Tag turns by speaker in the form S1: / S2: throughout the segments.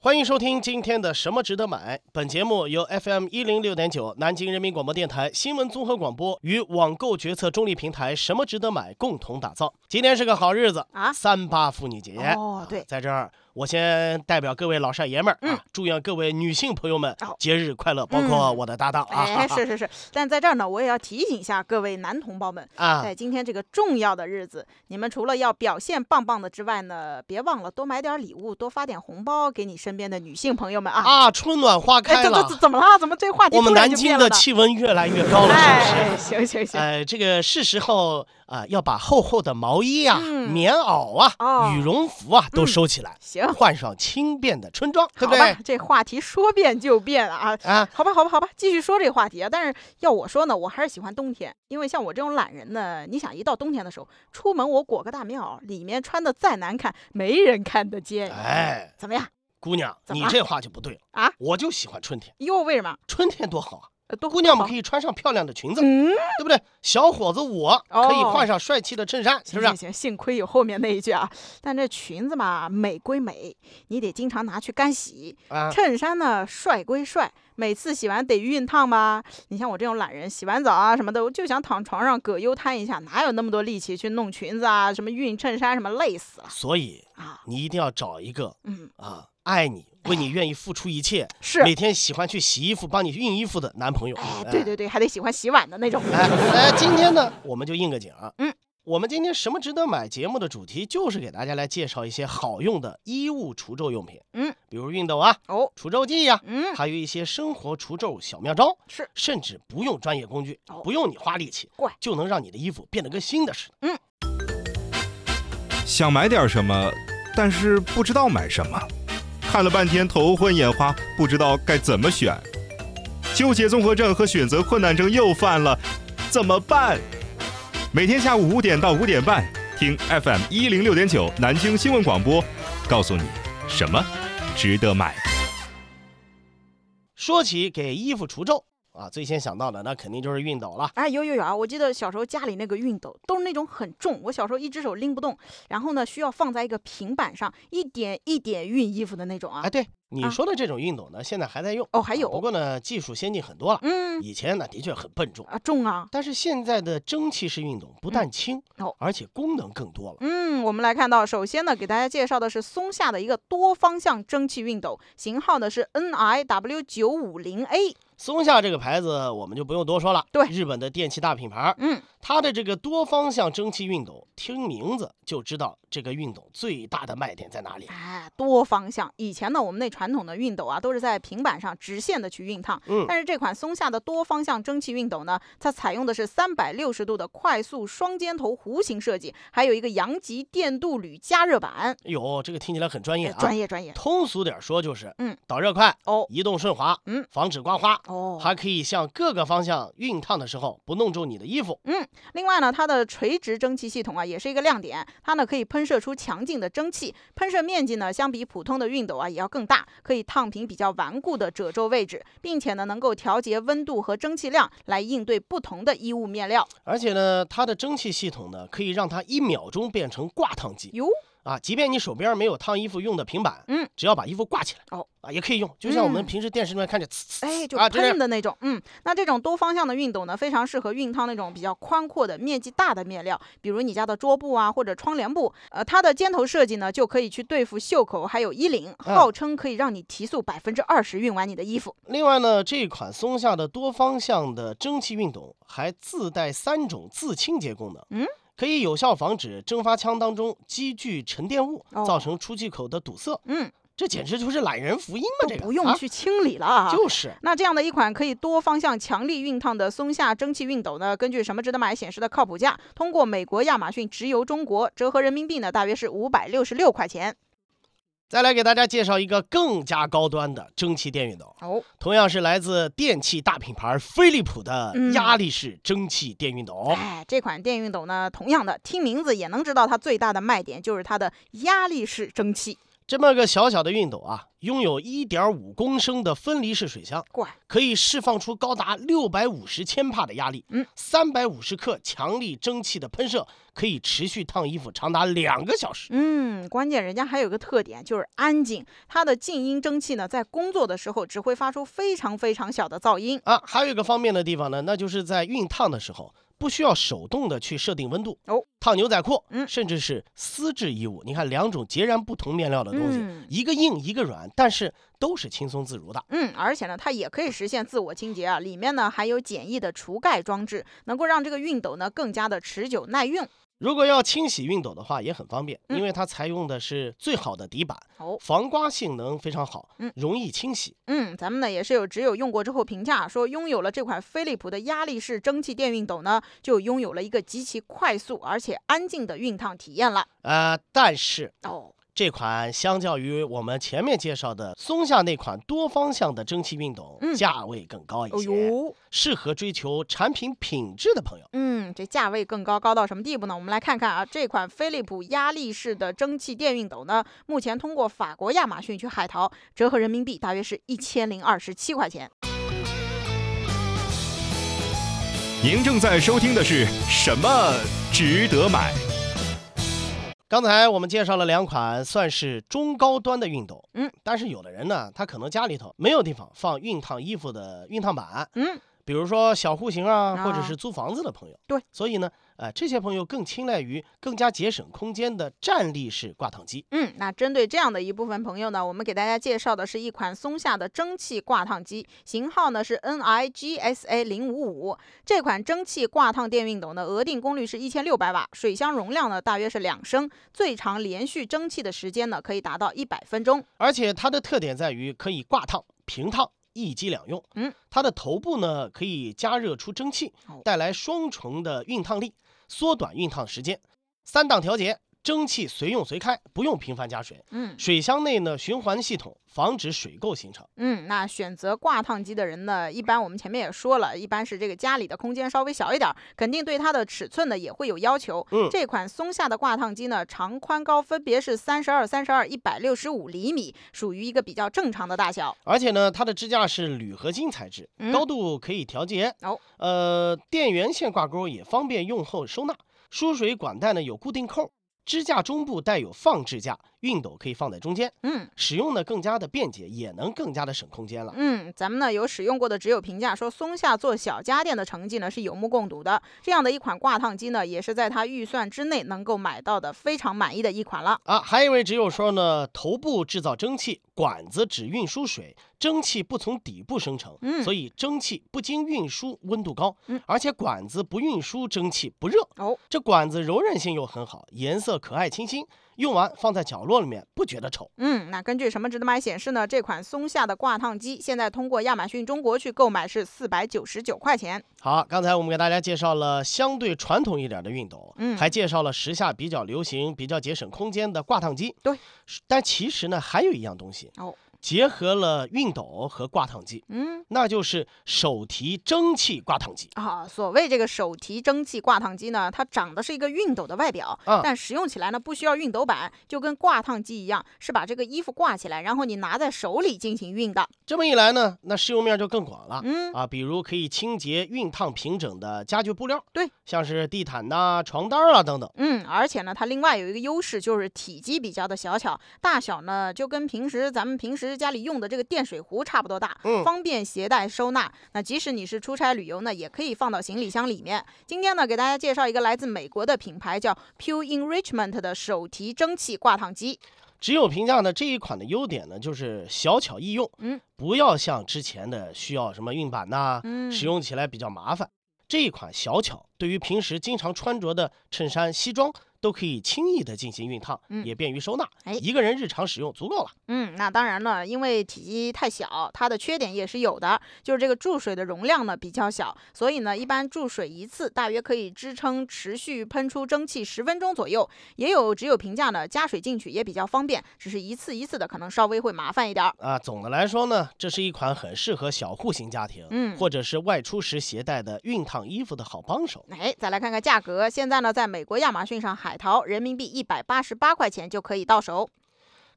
S1: 欢迎收听今天的《什么值得买》。本节目由 FM 一零六点九南京人民广播电台新闻综合广播与网购决策中立平台“什么值得买”共同打造。今天是个好日子
S2: 啊
S1: 三八妇女节。
S2: 哦，对，
S1: 在这儿，我先代表各位老少爷们儿
S2: 嗯
S1: 啊，祝愿各位女性朋友们
S2: 哦
S1: 节日快乐，包括
S2: 嗯
S1: 我的搭档啊，
S2: 哎，是是是，但在这儿呢，我也要提醒一下各位男同胞们，
S1: 啊，
S2: 在今天这个重要的日子，你们除了要表现棒棒的之外呢，别忘了多买点礼物，多发点红包给你身边的女性朋友们啊！
S1: 啊，春暖花
S2: 哎，
S1: 开
S2: 这
S1: 了，
S2: 这这怎么了？怎么这话题
S1: 我们
S2: 突然
S1: 南
S2: 就
S1: 京
S2: 变
S1: 的
S2: 了呢
S1: 气温越来越高了，是不是？
S2: 哎，行行行，
S1: 呃，这个是时候啊、要把厚厚的毛衣啊、
S2: 嗯
S1: 棉袄啊、
S2: 哦
S1: 羽绒服啊都
S2: 嗯
S1: 收起来，
S2: 行，
S1: 换上轻便的春装，对不
S2: 好吧
S1: 对？，
S2: 这话题说变就变啊！
S1: 啊，
S2: 好吧，好吧，好吧，继续说这个话题啊。但是要我说呢，我还是喜欢冬天，因为像我这种懒人呢，你想一到冬天的时候，出门我裹个大棉袄，里面穿的再难看，没人看得见。
S1: 哎，
S2: 怎么样？
S1: 姑娘，
S2: 怎
S1: 你
S2: 么
S1: 这话就不对了
S2: 啊！
S1: 我就喜欢春天，
S2: 哟，为什么？
S1: 春天多好啊！
S2: 呃多
S1: 姑娘们
S2: 好
S1: 可以穿上漂亮的裙子，
S2: 嗯，
S1: 对不对？小伙子我可以
S2: 哦
S1: 换上帅气的衬衫，是不
S2: 行
S1: 是
S2: 行？行，幸亏有后面那一句啊。但这裙子嘛，美归美，你得经常拿去干洗；
S1: 啊，
S2: 衬衫呢，帅归帅，每次洗完得熨烫吧。你像我这种懒人，洗完澡啊什么的，我就想躺床上葛优瘫一下，哪有那么多力气去弄裙子啊、什么熨衬衫什么，累死了
S1: 所以
S2: 啊。
S1: 你一定要找一个
S2: 嗯，
S1: 啊，爱你、为你愿意付出一切，
S2: 是，
S1: 每天喜欢去洗衣服、帮你熨衣服的男朋友。
S2: 哎，对对对，还得喜欢洗碗的 那种。
S1: 哎，哎，今天呢，我们就应个景儿。
S2: 嗯，
S1: 我们今天什么值得买节目的主题就是给大家来介绍一些好用的衣物除皱用品。
S2: 嗯，
S1: 比如熨斗啊、
S2: 哦，
S1: 除皱剂呀、
S2: 嗯，
S1: 还有一些生活除皱小妙招，
S2: 是
S1: 甚至不用专业工具，
S2: 哦
S1: 不用你花力气
S2: 怪，
S1: 就能让你的衣服变得跟新的似的。
S3: 想买点什么，但是不知道买什么，看了半天头昏眼花，不知道该怎么选，纠结综合症和选择困难症又犯了，怎么办？每天下午五点到五点半，听 FM 一零六点九南京新闻广播，告诉你什么值得买。
S1: 说起给衣服除皱啊，最先想到的那肯定就是熨斗了。
S2: 哎，有有有啊！我记得小时候家里那个熨斗都是那种很重，我小时候一只手拎不动，然后呢需要放在一个平板上一点一点熨衣服的那种啊
S1: 哎，。对你
S2: 啊
S1: 说的这种熨斗呢，现在还在用
S2: 哦还
S1: 啊
S2: 有
S1: 不过呢，技术先进很多了。
S2: 嗯
S1: 以前呢，的确很笨重。
S2: 啊重啊，
S1: 但是现在的蒸汽式熨斗不但轻，
S2: 哦
S1: 而且功能更多了。
S2: 嗯，我们来看到，首先呢给大家介绍的是松下的一个多方向蒸汽熨斗，型号呢是 NIW 九五零 A。
S1: 松下这个牌子我们就不用多说了，
S2: 对
S1: 日本的电器大品牌，
S2: 嗯，
S1: 它的这个多方向蒸汽熨斗，听名字就知道这个熨斗最大的卖点在哪里。
S2: 哎，多方向。以前呢我们那传统的熨斗啊都是在平板上直线的去熨烫，
S1: 嗯，
S2: 但是这款松下的多方向蒸汽熨斗呢，它采用的是三百六十度的快速双尖头弧形设计，还有一个阳极电镀铝加热板。
S1: 哟，这个听起来很专业
S2: 哎
S1: 啊。
S2: 专业专业
S1: 通俗点说就是，
S2: 嗯，
S1: 导热快，
S2: 哦
S1: 移动顺滑，
S2: 嗯，
S1: 防止刮花，
S2: 哦。
S1: 还可以向各个方向熨烫的时候不弄皱你的衣服。
S2: 另外呢，它的垂直蒸汽系统啊也是一个亮点，它呢可以喷射出强劲的蒸汽，喷射面积呢相比普通的熨斗啊也要更大，可以烫平比较顽固的褶皱位置，并且呢能够调节温度和蒸汽量来应对不同的衣物面料。
S1: 而且呢，它的蒸汽系统呢，可以让它一秒钟变成挂烫机。
S2: 哟，
S1: 啊，即便你手边没有烫衣服用的平板，
S2: 嗯，
S1: 只要把衣服挂起来，
S2: 哦，
S1: 啊，也可以用，就像我们
S2: 嗯
S1: 平时电视里面看着，呲呲
S2: 哎，
S1: 呲
S2: 就
S1: 啊，这
S2: 喷
S1: 样
S2: 的那种，嗯，那这种多方向的熨斗呢，非常适合熨烫那种比较宽阔的、面积大的面料，比如你家的桌布啊，或者窗帘布。呃，它的尖头设计呢，就可以去对付袖口还有衣领，
S1: 嗯
S2: 号称可以让你提速百分之二十熨完你的衣服。
S1: 另外呢，这款松下的多方向的蒸汽熨斗还自带三种自清洁功能，
S2: 嗯，
S1: 可以有效防止蒸发枪当中积聚沉淀物，
S2: 哦
S1: 造成出气口的堵塞。
S2: 嗯，
S1: 这简直就是懒人福音嘛！
S2: 都
S1: 这个
S2: 不用
S1: 啊
S2: 去清理了啊。
S1: 就是
S2: 那这样的一款可以多方向强力熨烫的松下蒸汽熨斗呢，根据什么值得买显示的靠谱价，通过美国亚马逊直邮中国，折合人民币呢，大约是五百六十六块钱。
S1: 再来给大家介绍一个更加高端的蒸汽电熨斗，
S2: 哦，
S1: 同样是来自电器大品牌飞利浦的
S2: 嗯
S1: 压力式蒸汽电哦熨斗。
S2: 哎，这款电熨斗呢，同样的，听名字也能知道它最大的卖点就是它的压力式蒸汽。
S1: 这么个小小的熨斗啊，拥有1.5公升的分离式水箱，
S2: 怪
S1: 可以释放出高达650千帕的压力，
S2: 嗯，
S1: 350克强力蒸汽的喷射，可以持续烫衣服长达两个小时。
S2: 嗯，关键人家还有个特点就是安静，它的静音蒸汽呢，在工作的时候只会发出非常非常小的噪音。
S1: 啊，还有一个方便的地方呢，那就是在熨烫的时候，不需要手动的去设定温度。
S2: 哦，
S1: 烫牛仔裤，
S2: 嗯
S1: 甚至是丝质衣物，你看两种截然不同面料的东西，
S2: 嗯
S1: 一个硬一个软，但是都是轻松自如的。
S2: 嗯，而且呢，它也可以实现自我清洁啊。里面呢还有简易的除盖装置，能够让这个熨斗呢更加的持久耐用。
S1: 如果要清洗熨斗的话，也很方便，
S2: 嗯
S1: 因为它采用的是最好的底板，
S2: 哦，
S1: 防刮性能非常好
S2: 嗯，
S1: 容易清洗。
S2: 嗯，咱们呢也是有只有用过之后评价啊说，拥有了这款飞利浦的压力式蒸汽电熨斗呢，就拥有了一个极其快速而且安静的熨烫体验了。
S1: 呃，但是
S2: 哦，
S1: 这款相较于我们前面介绍的松下那款多方向的蒸汽熨斗，
S2: 嗯
S1: 价位更高一
S2: 哦
S1: 些，
S2: 呦，
S1: 适合追求产品品质的朋友。
S2: 嗯，这价位更高，高到什么地步呢？我们来看看啊，这款飞利浦压力式的蒸汽电熨斗呢，目前通过法国亚马逊去海淘，折合人民币大约是一千零二十七块钱。
S3: 您正在收听的是什么值得买？
S1: 刚才我们介绍了两款算是中高端的熨斗，
S2: 嗯，
S1: 但是有的人呢，他可能家里头没有地方放熨烫衣服的熨烫板，
S2: 嗯，
S1: 比如说小户型啊，
S2: 啊
S1: 或者是租房子的朋友，
S2: 对，
S1: 所以呢，呃，这些朋友更青睐于更加节省空间的站立式挂烫机。
S2: 嗯，那针对这样的一部分朋友呢，我们给大家介绍的是一款松下的蒸汽挂烫机，型号呢是 NIGSA 零五五。这款蒸汽挂烫电熨斗呢，额定功率是一千六百瓦，水箱容量呢大约是两升，最长连续蒸汽的时间呢可以达到一百分钟。
S1: 而且它的特点在于可以挂烫、平烫。一机两用，
S2: 嗯，
S1: 它的头部呢可以加热出蒸汽
S2: 哦，
S1: 带来双重的熨烫力，缩短熨烫时间。三档调节，蒸汽随用随开，不用频繁加水。
S2: 嗯
S1: 水箱内呢循环系统，防止水垢形成。
S2: 嗯，那选择挂烫机的人呢，一般我们前面也说了，一般是这个家里的空间稍微小一点儿，肯定对它的尺寸呢也会有要求。
S1: 嗯
S2: 这款松下的挂烫机呢，长宽高分别是三十二、三十二、一百六十五厘米，属于一个比较正常的大小。
S1: 而且呢，它的支架是铝合金材质，
S2: 嗯
S1: 高度可以调节。
S2: 哦，
S1: 呃，电源线挂钩也方便用后收纳。输水管带呢有固定扣，支架中部带有放置架，熨斗可以放在中间，
S2: 嗯。
S1: 使用呢更加的便捷，也能更加的省空间了。
S2: 嗯，咱们呢有使用过的只有评价说松下做小家电的成绩呢是有目共睹的，这样的一款挂烫机呢也是在它预算之内能够买到的非常满意的一款了。
S1: 啊，还有一位只有说呢，头部制造蒸汽，管子只运输水，蒸汽不从底部生成，
S2: 嗯
S1: 所以蒸汽不经运输，温度高，
S2: 嗯
S1: 而且管子不运输蒸汽不热。
S2: 哦，
S1: 这管子柔韧性又很好，颜色可爱清新，用完放在角落里面不觉得丑。
S2: 嗯，那根据什么值得买显示呢？这款松下的挂烫机现在通过亚马逊中国去购买是四百九十九块钱。
S1: 好，刚才我们给大家介绍了相对传统一点的熨斗，
S2: 嗯
S1: 还介绍了时下比较流行、比较节省空间的挂烫机。
S2: 对，
S1: 但其实呢，还有一样东西
S2: 哦，
S1: 结合了熨斗和挂烫机，
S2: 嗯，
S1: 那就是手提蒸汽挂烫机。
S2: 啊，所谓这个手提蒸汽挂烫机呢，它长的是一个熨斗的外表，
S1: 嗯
S2: 但使用起来呢不需要熨斗板，就跟挂烫机一样，是把这个衣服挂起来，然后你拿在手里进行熨的。
S1: 这么一来呢，那适用面就更广了。
S2: 嗯，
S1: 啊，比如可以清洁、熨烫平整的家具布料，
S2: 对，
S1: 像是地毯呐、床单啊等等。
S2: 嗯，而且呢，它另外有一个优势就是体积比较的小巧，大小呢就跟平时咱们平时家里用的这个电水壶差不多大，
S1: 嗯
S2: 方便携带收纳。那即使你是出差旅游呢，也可以放到行李箱里面。今天呢，给大家介绍一个来自美国的品牌叫 Pure Enrichment 的手提蒸汽挂烫机。
S1: 只有评价呢这一款的优点呢，就是小巧易用，
S2: 嗯，
S1: 不要像之前的需要什么熨板呐、
S2: 嗯
S1: 使用起来比较麻烦。这一款小巧，对于平时经常穿着的衬衫、西装都可以轻易的进行熨烫，
S2: 嗯
S1: 也便于收纳，
S2: 哎
S1: 一个人日常使用足够了。
S2: 嗯，那当然了，因为体积太小，它的缺点也是有的，就是这个注水的容量呢比较小，所以呢，一般注水一次大约可以支撑持续喷出蒸汽十分钟左右。也有只有评价呢，加水进去也比较方便，只是一次一次的可能稍微会麻烦一点儿。
S1: 啊，总的来说呢，这是一款很适合小户型家庭，
S2: 嗯
S1: 或者是外出时携带的熨烫衣服的好帮手。
S2: 哎，再来看看价格，现在呢，在美国亚马逊上海淘人民币一百八十八块钱就可以到手。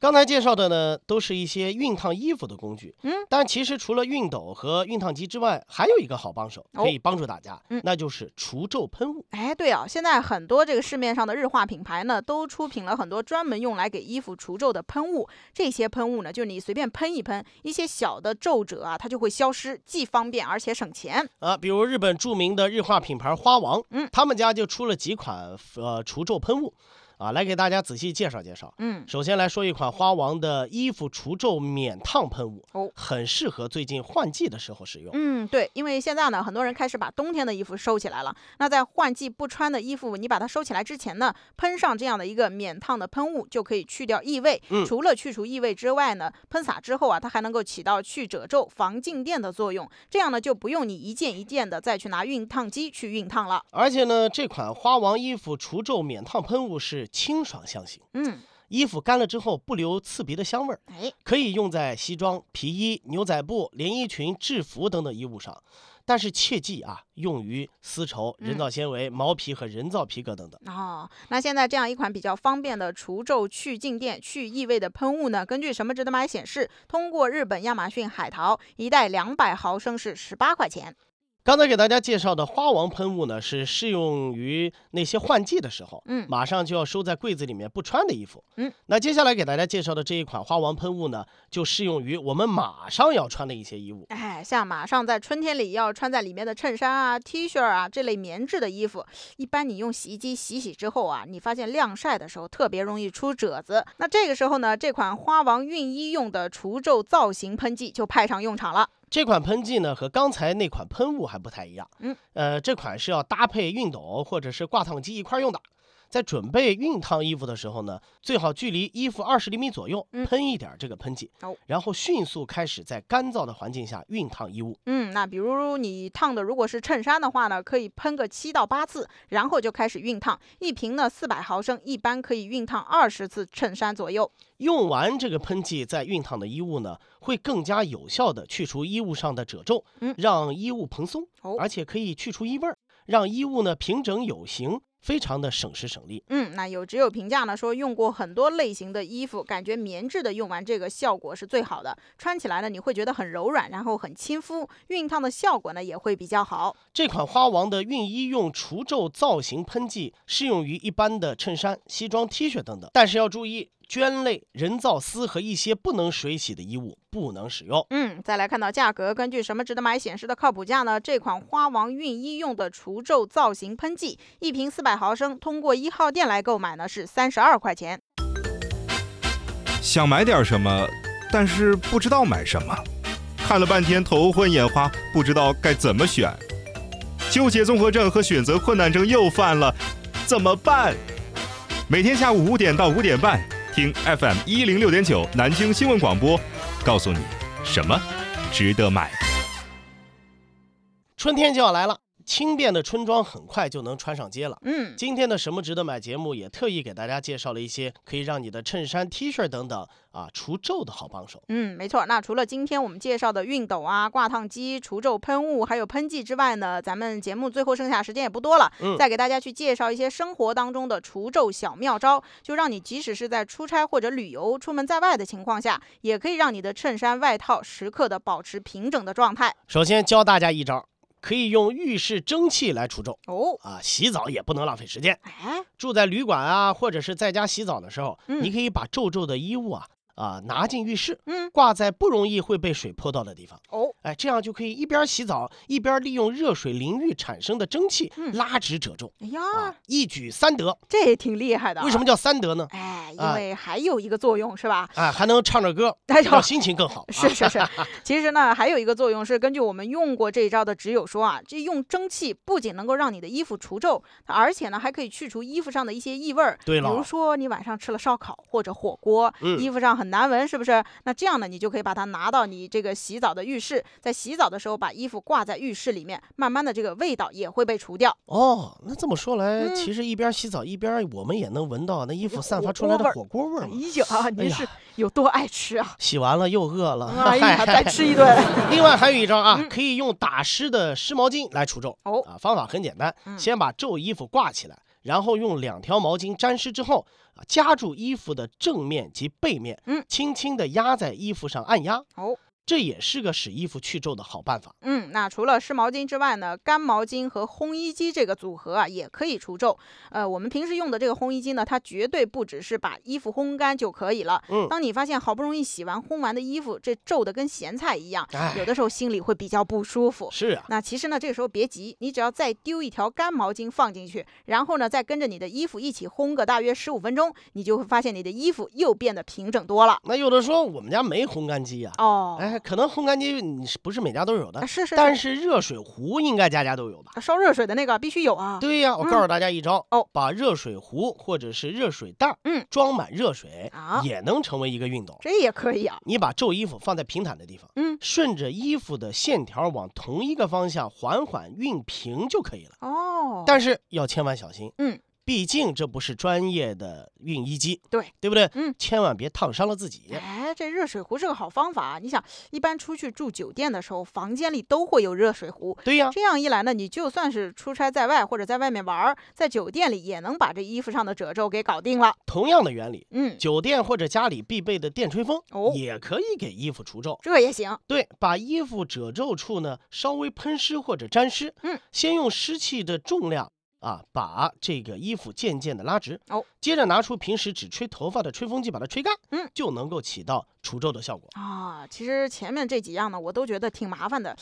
S1: 刚才介绍的呢，都是一些熨烫衣服的工具。
S2: 嗯，
S1: 但其实除了熨斗和熨烫机之外，还有一个好帮手
S2: 哦
S1: 可以帮助大家，
S2: 嗯
S1: 那就是除皱喷雾。
S2: 哎，对啊，现在很多这个市面上的日化品牌呢，都出品了很多专门用来给衣服除皱的喷雾。这些喷雾呢，就是你随便喷一喷，一些小的皱褶啊，它就会消失，既方便而且省钱。
S1: 啊，比如日本著名的日化品牌花王，
S2: 嗯
S1: 他们家就出了几款呃除皱喷雾，啊，来给大家仔细介绍介绍。
S2: 嗯，
S1: 首先来说一款花王的衣服除皱免烫喷雾，
S2: 哦
S1: 很适合最近换季的时候使用。
S2: 嗯，对，因为现在呢，很多人开始把冬天的衣服收起来了。那在换季不穿的衣服，你把它收起来之前呢，喷上这样的一个免烫的喷雾，就可以去掉异味。
S1: 嗯
S2: 除了去除异味之外呢，喷洒之后啊，它还能够起到去褶皱、防静电的作用。这样呢，就不用你一件一件的再去拿熨烫机去熨烫了。
S1: 而且呢，这款花王衣服除皱免烫喷雾是清爽香型，
S2: 嗯，
S1: 衣服干了之后不留刺鼻的香味儿，
S2: 哎，
S1: 可以用在西装、皮衣、牛仔布、连衣裙、制服等等衣物上。但是切记啊，用于丝绸、人
S2: 嗯
S1: 造纤维、毛皮和人造皮革等等。
S2: 哦，那现在这样一款比较方便的除皱、去静电、去异味的喷雾呢，根据什么值得买显示，通过日本亚马逊海淘一袋两百毫升是十八块钱。
S1: 刚才给大家介绍的花王喷雾呢，是适用于那些换季的时候，
S2: 嗯
S1: 马上就要收在柜子里面不穿的衣服，
S2: 嗯。
S1: 那接下来给大家介绍的这一款花王喷雾呢，就适用于我们马上要穿的一些衣物。
S2: 哎，像马上在春天里要穿在里面的衬衫啊、T 恤啊这类棉质的衣服，一般你用洗衣机洗洗之后啊，你发现晾晒的时候特别容易出褶子。那这个时候呢，这款花王熨衣用的除皱造型喷剂就派上用场了。
S1: 这款喷剂呢和刚才那款喷雾还不太一样，
S2: 嗯，
S1: 呃，这款是要搭配熨斗或者是挂烫机一块儿用的。在准备熨烫衣服的时候呢，最好距离衣服二十厘米左右
S2: 嗯
S1: 喷一点儿这个喷剂，
S2: 哦
S1: 然后迅速开始在干燥的环境下熨烫衣物。
S2: 嗯，那比如你烫的如果是衬衫的话呢，可以喷个七到八次，然后就开始熨烫。一瓶呢四百毫升，一般可以熨烫二十次衬衫左右。
S1: 用完这个喷剂再熨烫的衣物呢，会更加有效的去除衣物上的褶皱，
S2: 嗯
S1: 让衣物蓬松，
S2: 哦
S1: 而且可以去除异味儿，让衣物呢平整有型，非常的省时省力。
S2: 嗯，那有只有评价呢说用过很多类型的衣服，感觉棉质的用完这个效果是最好的，穿起来呢你会觉得很柔软，然后很亲肤，熨烫的效果呢也会比较好。
S1: 这款花王的熨衣用除皱造型喷剂适用于一般的衬衫、西装、T 恤等等，但是要注意，绢类、人造丝和一些不能水洗的衣物不能使用。
S2: 嗯，再来看到价格，根据什么值得买显示的靠谱价呢？这款花王熨衣用的除皱造型喷剂，一瓶四百毫升，通过一号店来购买呢是三十二块钱。
S3: 想买点什么，但是不知道买什么，看了半天头昏眼花，不知道该怎么选，纠结综合症和选择困难症又犯了，怎么办？每天下午五点到五点半，听 FM 一零六点九南京新闻广播，告诉你什么值得买。
S1: 春天就要来了，轻便的春装很快就能穿上街了。
S2: 嗯，
S1: 今天的什么值得买节目也特意给大家介绍了一些可以让你的衬衫、T 恤等等啊除皱的好帮手。
S2: 嗯，没错。那除了今天我们介绍的熨斗啊、挂烫机、除皱喷雾还有喷剂之外呢，咱们节目最后剩下时间也不多了，
S1: 嗯
S2: 再给大家去介绍一些生活当中的除皱小妙招，就让你即使是在出差或者旅游、出门在外的情况下，也可以让你的衬衫、外套时刻的保持平整的状态。
S1: 首先教大家一招，可以用浴室蒸汽来除皱
S2: 哦，
S1: 啊，洗澡也不能浪费时间。
S2: 哎，
S1: 住在旅馆啊，或者是在家洗澡的时候，
S2: 嗯
S1: 你可以把皱皱的衣物啊啊拿进浴室，
S2: 嗯，
S1: 挂在不容易会被水泼到的地方。
S2: 哦，
S1: 哎，这样就可以一边洗澡，一边利用热水淋浴产生的蒸汽
S2: 嗯
S1: 拉直褶皱，
S2: 哎呀，
S1: 啊，一举三得。
S2: 这也挺厉害的。啊
S1: 为什么？叫三得 呢？
S2: 哎，因
S1: 啊
S2: 为还有一个作用是吧？
S1: 啊，还能唱着 歌，
S2: 哎呦
S1: 让心情更好。
S2: 是
S1: 啊
S2: 是是，其实呢，还有一个作用是，根据我们用过这一招的只有说啊，这用蒸汽不仅能够让你的衣服除皱，而且呢还可以去除衣服上的一些异味儿。
S1: 对
S2: 比如
S1: 了，
S2: 说你晚上吃了烧烤或者火锅，衣
S1: 嗯，
S2: 服上很难闻，是不是？那这样呢，你就可以把它拿到你这个洗澡的浴室，在洗澡的时候把衣服挂在浴室里面，慢慢的这个味道也会被除掉。
S1: 哦，那这么说来，
S2: 嗯
S1: 其实一边洗澡一边我们也能闻到那衣服
S2: 火
S1: 散发出
S2: 锅
S1: 来
S2: 味
S1: 的
S2: 儿
S1: 火锅味
S2: 哎
S1: 儿嘛。
S2: 呀，您
S1: 呀
S2: 是有多爱吃 啊？
S1: 洗完了又饿了，
S2: 哎 呀，再吃一顿。
S1: 另外还有一招啊，
S2: 嗯
S1: 可以用打湿的湿毛巾来除皱。
S2: 哦
S1: 啊，方法很简单，
S2: 嗯
S1: 先把皱衣服挂起来，然后用两条毛巾沾湿之后，啊夹住衣服的正面及背面，
S2: 嗯
S1: 轻轻地压在衣服上按压，
S2: 哦，
S1: 这也是个使衣服去皱的好办法。
S2: 嗯，那除了湿毛巾之外呢，干毛巾和烘衣机这个组合啊，也可以除皱。呃，我们平时用的这个烘衣机呢，它绝对不只是把衣服烘干就可以了。
S1: 嗯
S2: 当你发现好不容易洗完、烘完的衣服，这皱的跟咸菜一样，
S1: 哎
S2: 有的时候心里会比较不舒服。
S1: 是啊，
S2: 那其实呢，这个时候别急，你只要再丢一条干毛巾放进去，然后呢，再跟着你的衣服一起烘个大约十五分钟，你就会发现你的衣服又变得平整多了。
S1: 那有的说我们家没烘干机呀、
S2: 哦，
S1: 哎，可能烘干机你是不是每家都有的
S2: 啊，，是是，
S1: 但是热水壶应该家家都有吧？
S2: 是烧热水的那个必须有啊。
S1: 对呀，我
S2: 嗯
S1: 告诉大家一招
S2: 哦
S1: 把热水壶或者是热水袋，
S2: 嗯，
S1: 装满热水
S2: 啊，
S1: 也能成为一个熨斗。
S2: 这也可以啊。
S1: 你把皱衣服放在平坦的地方，
S2: 嗯，
S1: 顺着衣服的线条往同一个方向缓缓熨平就可以了。
S2: 哦，
S1: 但是要千万小心，
S2: 嗯，
S1: 毕竟这不是专业的熨衣机，
S2: 对
S1: 对不对？
S2: 嗯，
S1: 千万别烫伤了自己。
S2: 哎，这热水壶是个好方法。啊你想，一般出去住酒店的时候，房间里都会有热水壶。
S1: 对呀，
S2: 这样一来呢，你就算是出差在外或者在外面玩儿，在酒店里也能把这衣服上的褶皱给搞定了。
S1: 同样的原理，
S2: 嗯，
S1: 酒店或者家里必备的电吹风
S2: 哦
S1: 也可以给衣服除皱。
S2: 这也行。
S1: 对，把衣服褶皱处呢稍微喷湿或者沾湿，
S2: 嗯，
S1: 先用湿气的重量啊把这个衣服渐渐的拉直，
S2: 哦，
S1: 接着拿出平时只吹头发的吹风机把它吹干，
S2: 嗯，
S1: 就能够起到除皱的效果。
S2: 啊，其实前面这几样呢，我都觉得挺麻烦的，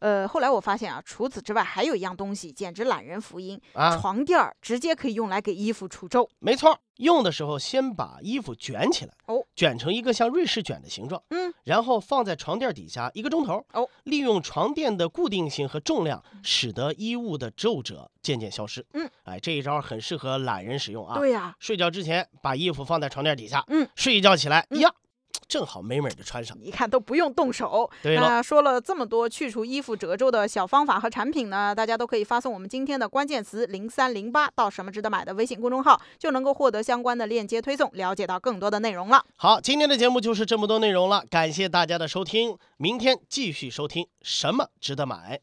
S2: 呃，后来我发现啊，除此之外还有一样东西，简直懒人福音，
S1: 啊，
S2: 床垫儿直接可以用来给衣服除皱。
S1: 没错儿，用的时候先把衣服卷起来，
S2: 哦，
S1: 卷成一个像瑞士卷的形状，
S2: 嗯，
S1: 然后放在床垫底下一个钟头，
S2: 哦，
S1: 利用床垫的固定性和重量，使得衣物的皱褶渐渐消失。
S2: 嗯，
S1: 哎，这一招很适合懒人使用啊。
S2: 对呀、
S1: 睡觉之前把衣服放在床垫底下，
S2: 嗯，
S1: 睡一觉起来，
S2: 嗯
S1: 呀，正好美美的穿上。
S2: 你看都不用动手。
S1: 对了，
S2: 那说了这么多去除衣服褶皱的小方法和产品呢，大家都可以发送我们今天的关键词零三零八到什么值得买的微信公众号，就能够获得相关的链接推送，了解到更多的内容了。
S1: 好，今天的节目就是这么多内容了，感谢大家的收听，明天继续收听什么值得买。